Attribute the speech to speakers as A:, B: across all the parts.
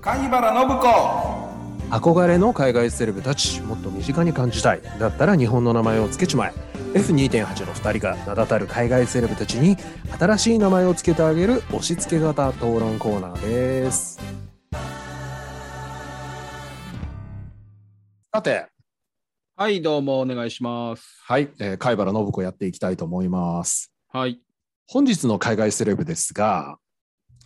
A: 貝原信子
B: 憧れの海外セレブたちもっと身近に感じたいだったら日本の名前を付けちまえ F2.8 の2人が名だたる海外セレブたちに新しい名前を付けてあげる押し付け型討論コーナーですさて
C: はい、どうもお願いします。
B: はい、えー貝原信子やっていきたいと思います
C: はい、
B: 本日の海外セレブですが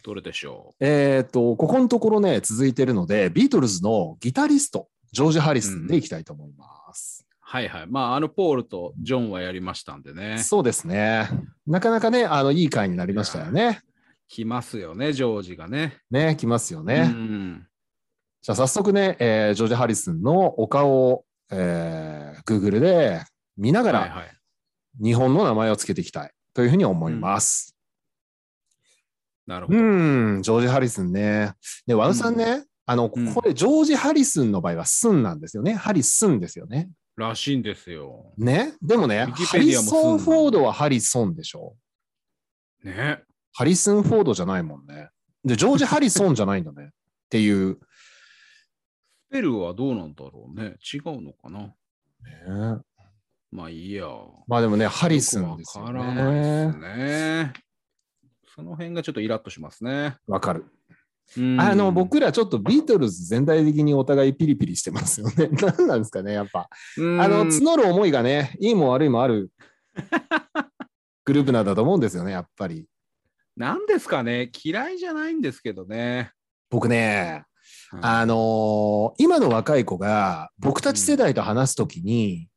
C: どれでしょ
B: えっとここのところね続いてるのでビートルズのギタリストジョージ・ハリスンでいきたいと思います、
C: う。はいはい。まあ、あの、ポールとジョンはやりましたんでね。
B: そうですね。なかなかね、あの、いい回になりましたよね。
C: 来ますよね、ジョージがね。
B: ね、来ますよね。
C: うん。
B: じゃあ早速ね、えージョージ・ハリスンのお顔を、えー Google で見なが
C: はい
B: ら
C: はい。
B: 日本の名前をつけていきたいというふうに思います。
C: なるほ
B: う
C: ど。
B: ん、ジョージ・ハリスンね。で、和田さんね、あの、
C: うん
B: これ、ジョージ・ハリスンの場合はスンなんですよね。ハリスンですよね。
C: らしいんですよ。
B: ね。でもね、
C: ウィキ
B: ハ
C: ペデ
B: リ
C: ィアも
B: ソン・
C: スン
B: フォードはハリソンでしょ。
C: ね。
B: ハリスン・フォードじゃないもんね。で、ジョージ・ハリソンじゃないんだね。っ ていう。
C: スペルはどうなんだろうね。違うのかな。
B: ね
C: まあいいや。
B: まあでもね、ハ
C: ハ
B: リスンです
C: わ
B: よ
C: からないです
B: ね。
C: ね。その辺がちょっとイラッとしますね。
B: わかる。
C: うん
B: あの、僕らちょっとビートルズ全体的にお互いピリピリしてますよね。 何なんですかね、やっぱ。
C: うん
B: あの、募る思いがね、いいも悪いも あるグループなんだと思うんですよね、やっぱり。
C: なんですかね。嫌いじゃないんですけどね。
B: 僕ね、
C: うん
B: あのー今の若い子が僕たち世代と話すときに、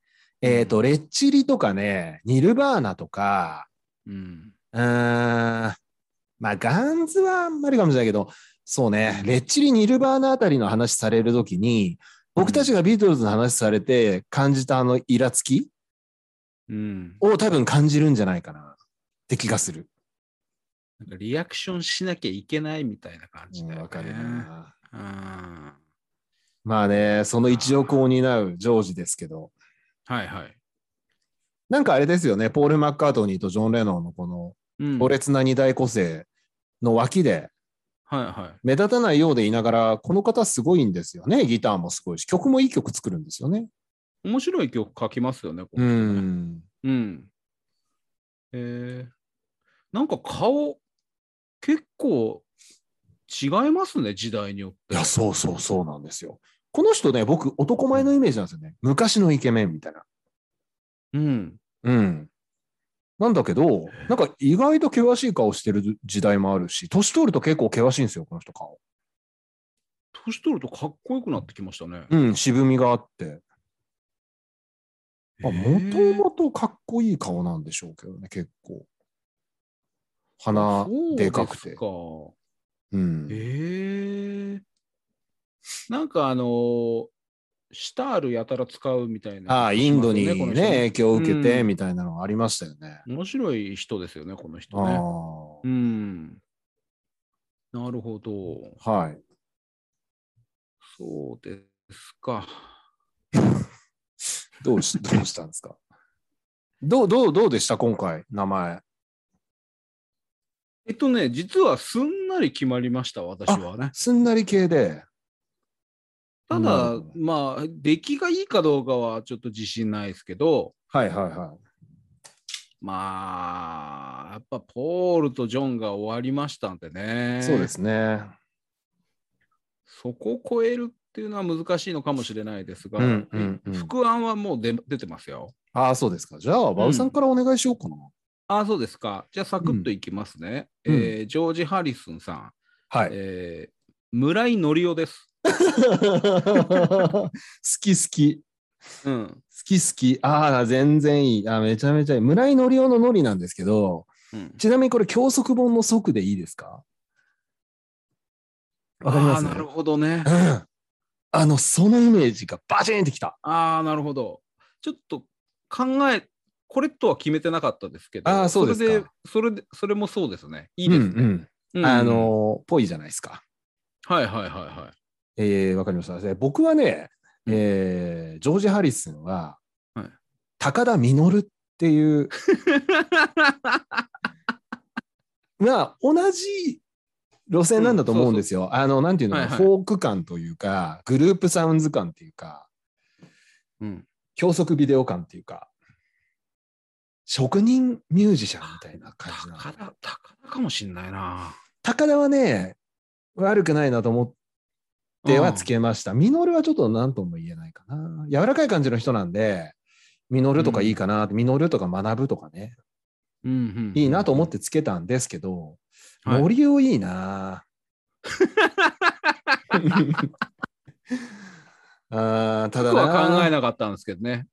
C: うん
B: えっ、と、レッチリとかね、ニルバーナとか、
C: うん。
B: うーんまあ、ガンズはあんまりかもしれないけど、そうね、レッチリ・ニルバーナあたりの話されるときに、僕たちがビートルズの話されて感じたあのイラつき
C: うん。
B: を多分感じるんじゃないかなって気がする。
C: なんかリアクションしなきゃいけないみたいな感じだよね。
B: わかるな。
C: うん
B: まあね、その一翼を担うジョージですけど、
C: はいはい。
B: なんかあれですよね、ポール・マッカートニーとジョン・レノンのこの
C: うん
B: 強烈な二大個性の脇で、
C: はいはい。
B: 目立たないようでいながら、この方すごいんですよね、ギターもすごいし、曲もいい曲作るんですよね。
C: 面白い曲書きますよね、こ
B: う
C: の人ね。
B: ん。
C: うん。えー、なんか顔、結構違いますね、時代によって。
B: いや、そうそうそうなんですよ。この人ね、僕、男前のイメージなんですよね。昔のイケメンみたいな。
C: うん。
B: うん。なんだけど、なんか意外と険しい顔してる時代もあるし、年取ると結構険しいんですよ、この人顔。
C: 年取るとかっこよくなってきましたね。
B: うん、渋みがあって。ま
C: え
B: あ、もと
C: ー
B: もとかっこいい顔なんでしょうけどね、結構。鼻
C: そう、
B: でかくて
C: す。か
B: うん。
C: ええなんかあのーシタールやたら使うみたいな、
B: ああ、インドに
C: この
B: ね、
C: 人
B: 影響を受けて、
C: うん
B: みたいなのがありましたよね。
C: 面白い人ですよね、この人
B: あ
C: ね。うん。なるほど。
B: あ、はい。
C: そうですか。
B: どうし どうしたんですかどうどうどうでした今回名前
C: えっとね、実はすんなり決まりました、私はね。
B: すんなり系で
C: た
B: な
C: だ、
B: るほど
C: まあ、出来がいいかどうかはちょっと自信ないですけど、
B: はいはいは
C: まあ、やっぱポールとジョンが終わりましたんでね。
B: いそうですね
C: そこを超えるっていうのは難しいのかもしれないですが、
B: うんうんうん
C: 副案はもう出出てますよ。
B: ああそうですかじゃあバウさんからお願いしようかな、
C: ああ、そうですか。じゃあ、サクッといきますね。
B: うん
C: えージョージ・ハリスンさん、
B: はい
C: えー村井紀夫です。
B: 好き好き
C: うん。
B: 好き好きああ全然いいあーめちゃめちゃいい村井のりおののりなんですけど
C: うん、
B: ちなみにこれ教則本の即でいいですかわかります
C: ああ、なるほどね。
B: うんあのそのイメージがバチンってきた
C: ああ、なるほど。ちょっと考え、これとは決めてなかったですけど、
B: ああそうですか
C: それで、それで、それもそうですね。いいですね。
B: うんうん
C: うん
B: あ、の、ぽいじゃないですか。
C: はいはいはいは
B: えーわかりました。で僕はね、
C: うん
B: えージョージ・ハリスンは、
C: はい
B: 高田実って いう、
C: い。
B: まあ、同じ路線なんだと思うんですよ。あの、なんていうの、
C: はいはい
B: フォーク感というか、グループサウンズ感っていうか、
C: うん。
B: 教則ビデオ感っていうか、職人ミュージシャンみたいな感じなの
C: 高田、高田かもしんないな。
B: 高田はね、悪くないなと思ってはつけました。ミノルはちょっと何とも言えないかな。柔らかい感じの人なんで、ミノルとかいいかなって、ミノルとか学ぶとかね、
C: うんうん、
B: いいなと思ってつけたんですけど、
C: はい
B: 森生いいな。 あーただ
C: 僕は考え
B: な、
C: なかったんですけどね。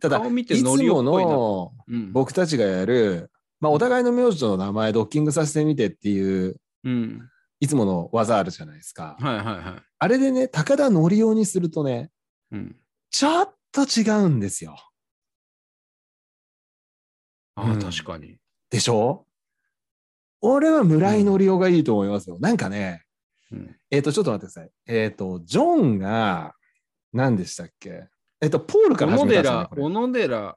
B: ただ
C: 顔見
B: い
C: て
B: つ
C: ノリオ
B: も
C: っぽいな
B: の
C: うん、
B: 僕たちがやる、まあ、お互いの名字の名前ドッキングさせてみてっていう
C: うん。
B: いつもの技あるじゃないですか。
C: はいはいはい。
B: あれでね、高田のりおにするとね、
C: うん、
B: ちょっと違うんですよ。
C: ああ、
B: うん
C: 確かに。
B: でしょ俺は村井のりおがいいと思いますよ。なんかね、
C: うん、
B: えっ、と、ちょっと待ってください。えっ、と、ジョンが、何でしたっけえっ、と、ポール
C: 小
B: から始
C: 野
B: めたん
C: 寺、
B: ですよ
C: 小
B: ね、
C: 野寺、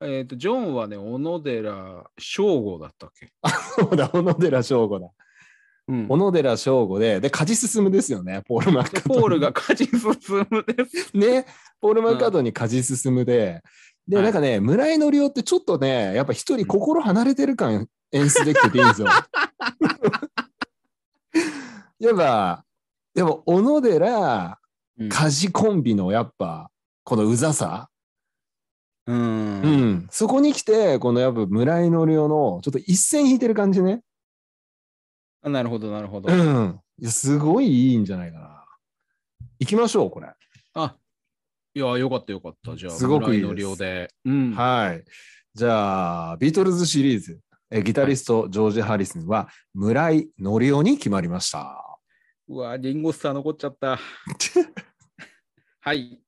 C: えっ、と、ジョンはね、小野寺翔吾だったっけ。
B: これ。そうだ、小野寺翔吾だ。
C: うん
B: 小野寺翔吾で、で、勝ち進むですよね、ポール・マッカ
C: で
B: ート
C: ポ
B: ニー
C: ールが勝ち進むです。
B: ね、ポール・マッカートニーに勝ち進むで、で、
C: はい
B: なんかね、村井のりおってちょっとね、やっぱ一人心離れてる感演出できてていいん ですよ。やっぱ、でも、小野寺、
C: うん
B: 家事コンビのやっぱ、このうざさ、
C: う。
B: うんん、そこに来て、このやっぱ村井のりおの、ちょっと一線引いてる感じね。
C: あなるほど、なるほど。
B: うん。いやすごいいいんじゃないかな。行きましょう、これ。
C: あいや、よかった、よかった。じゃあ、
B: すごくいい
C: 村井
B: です
C: の量で。うん。
B: はい。じゃあ、ビートルズシリーズ、えギタリスト、ジョージ・ハリスンは、村井のりおに決まりました。
C: うわ、リンゴスター残っちゃった。はい。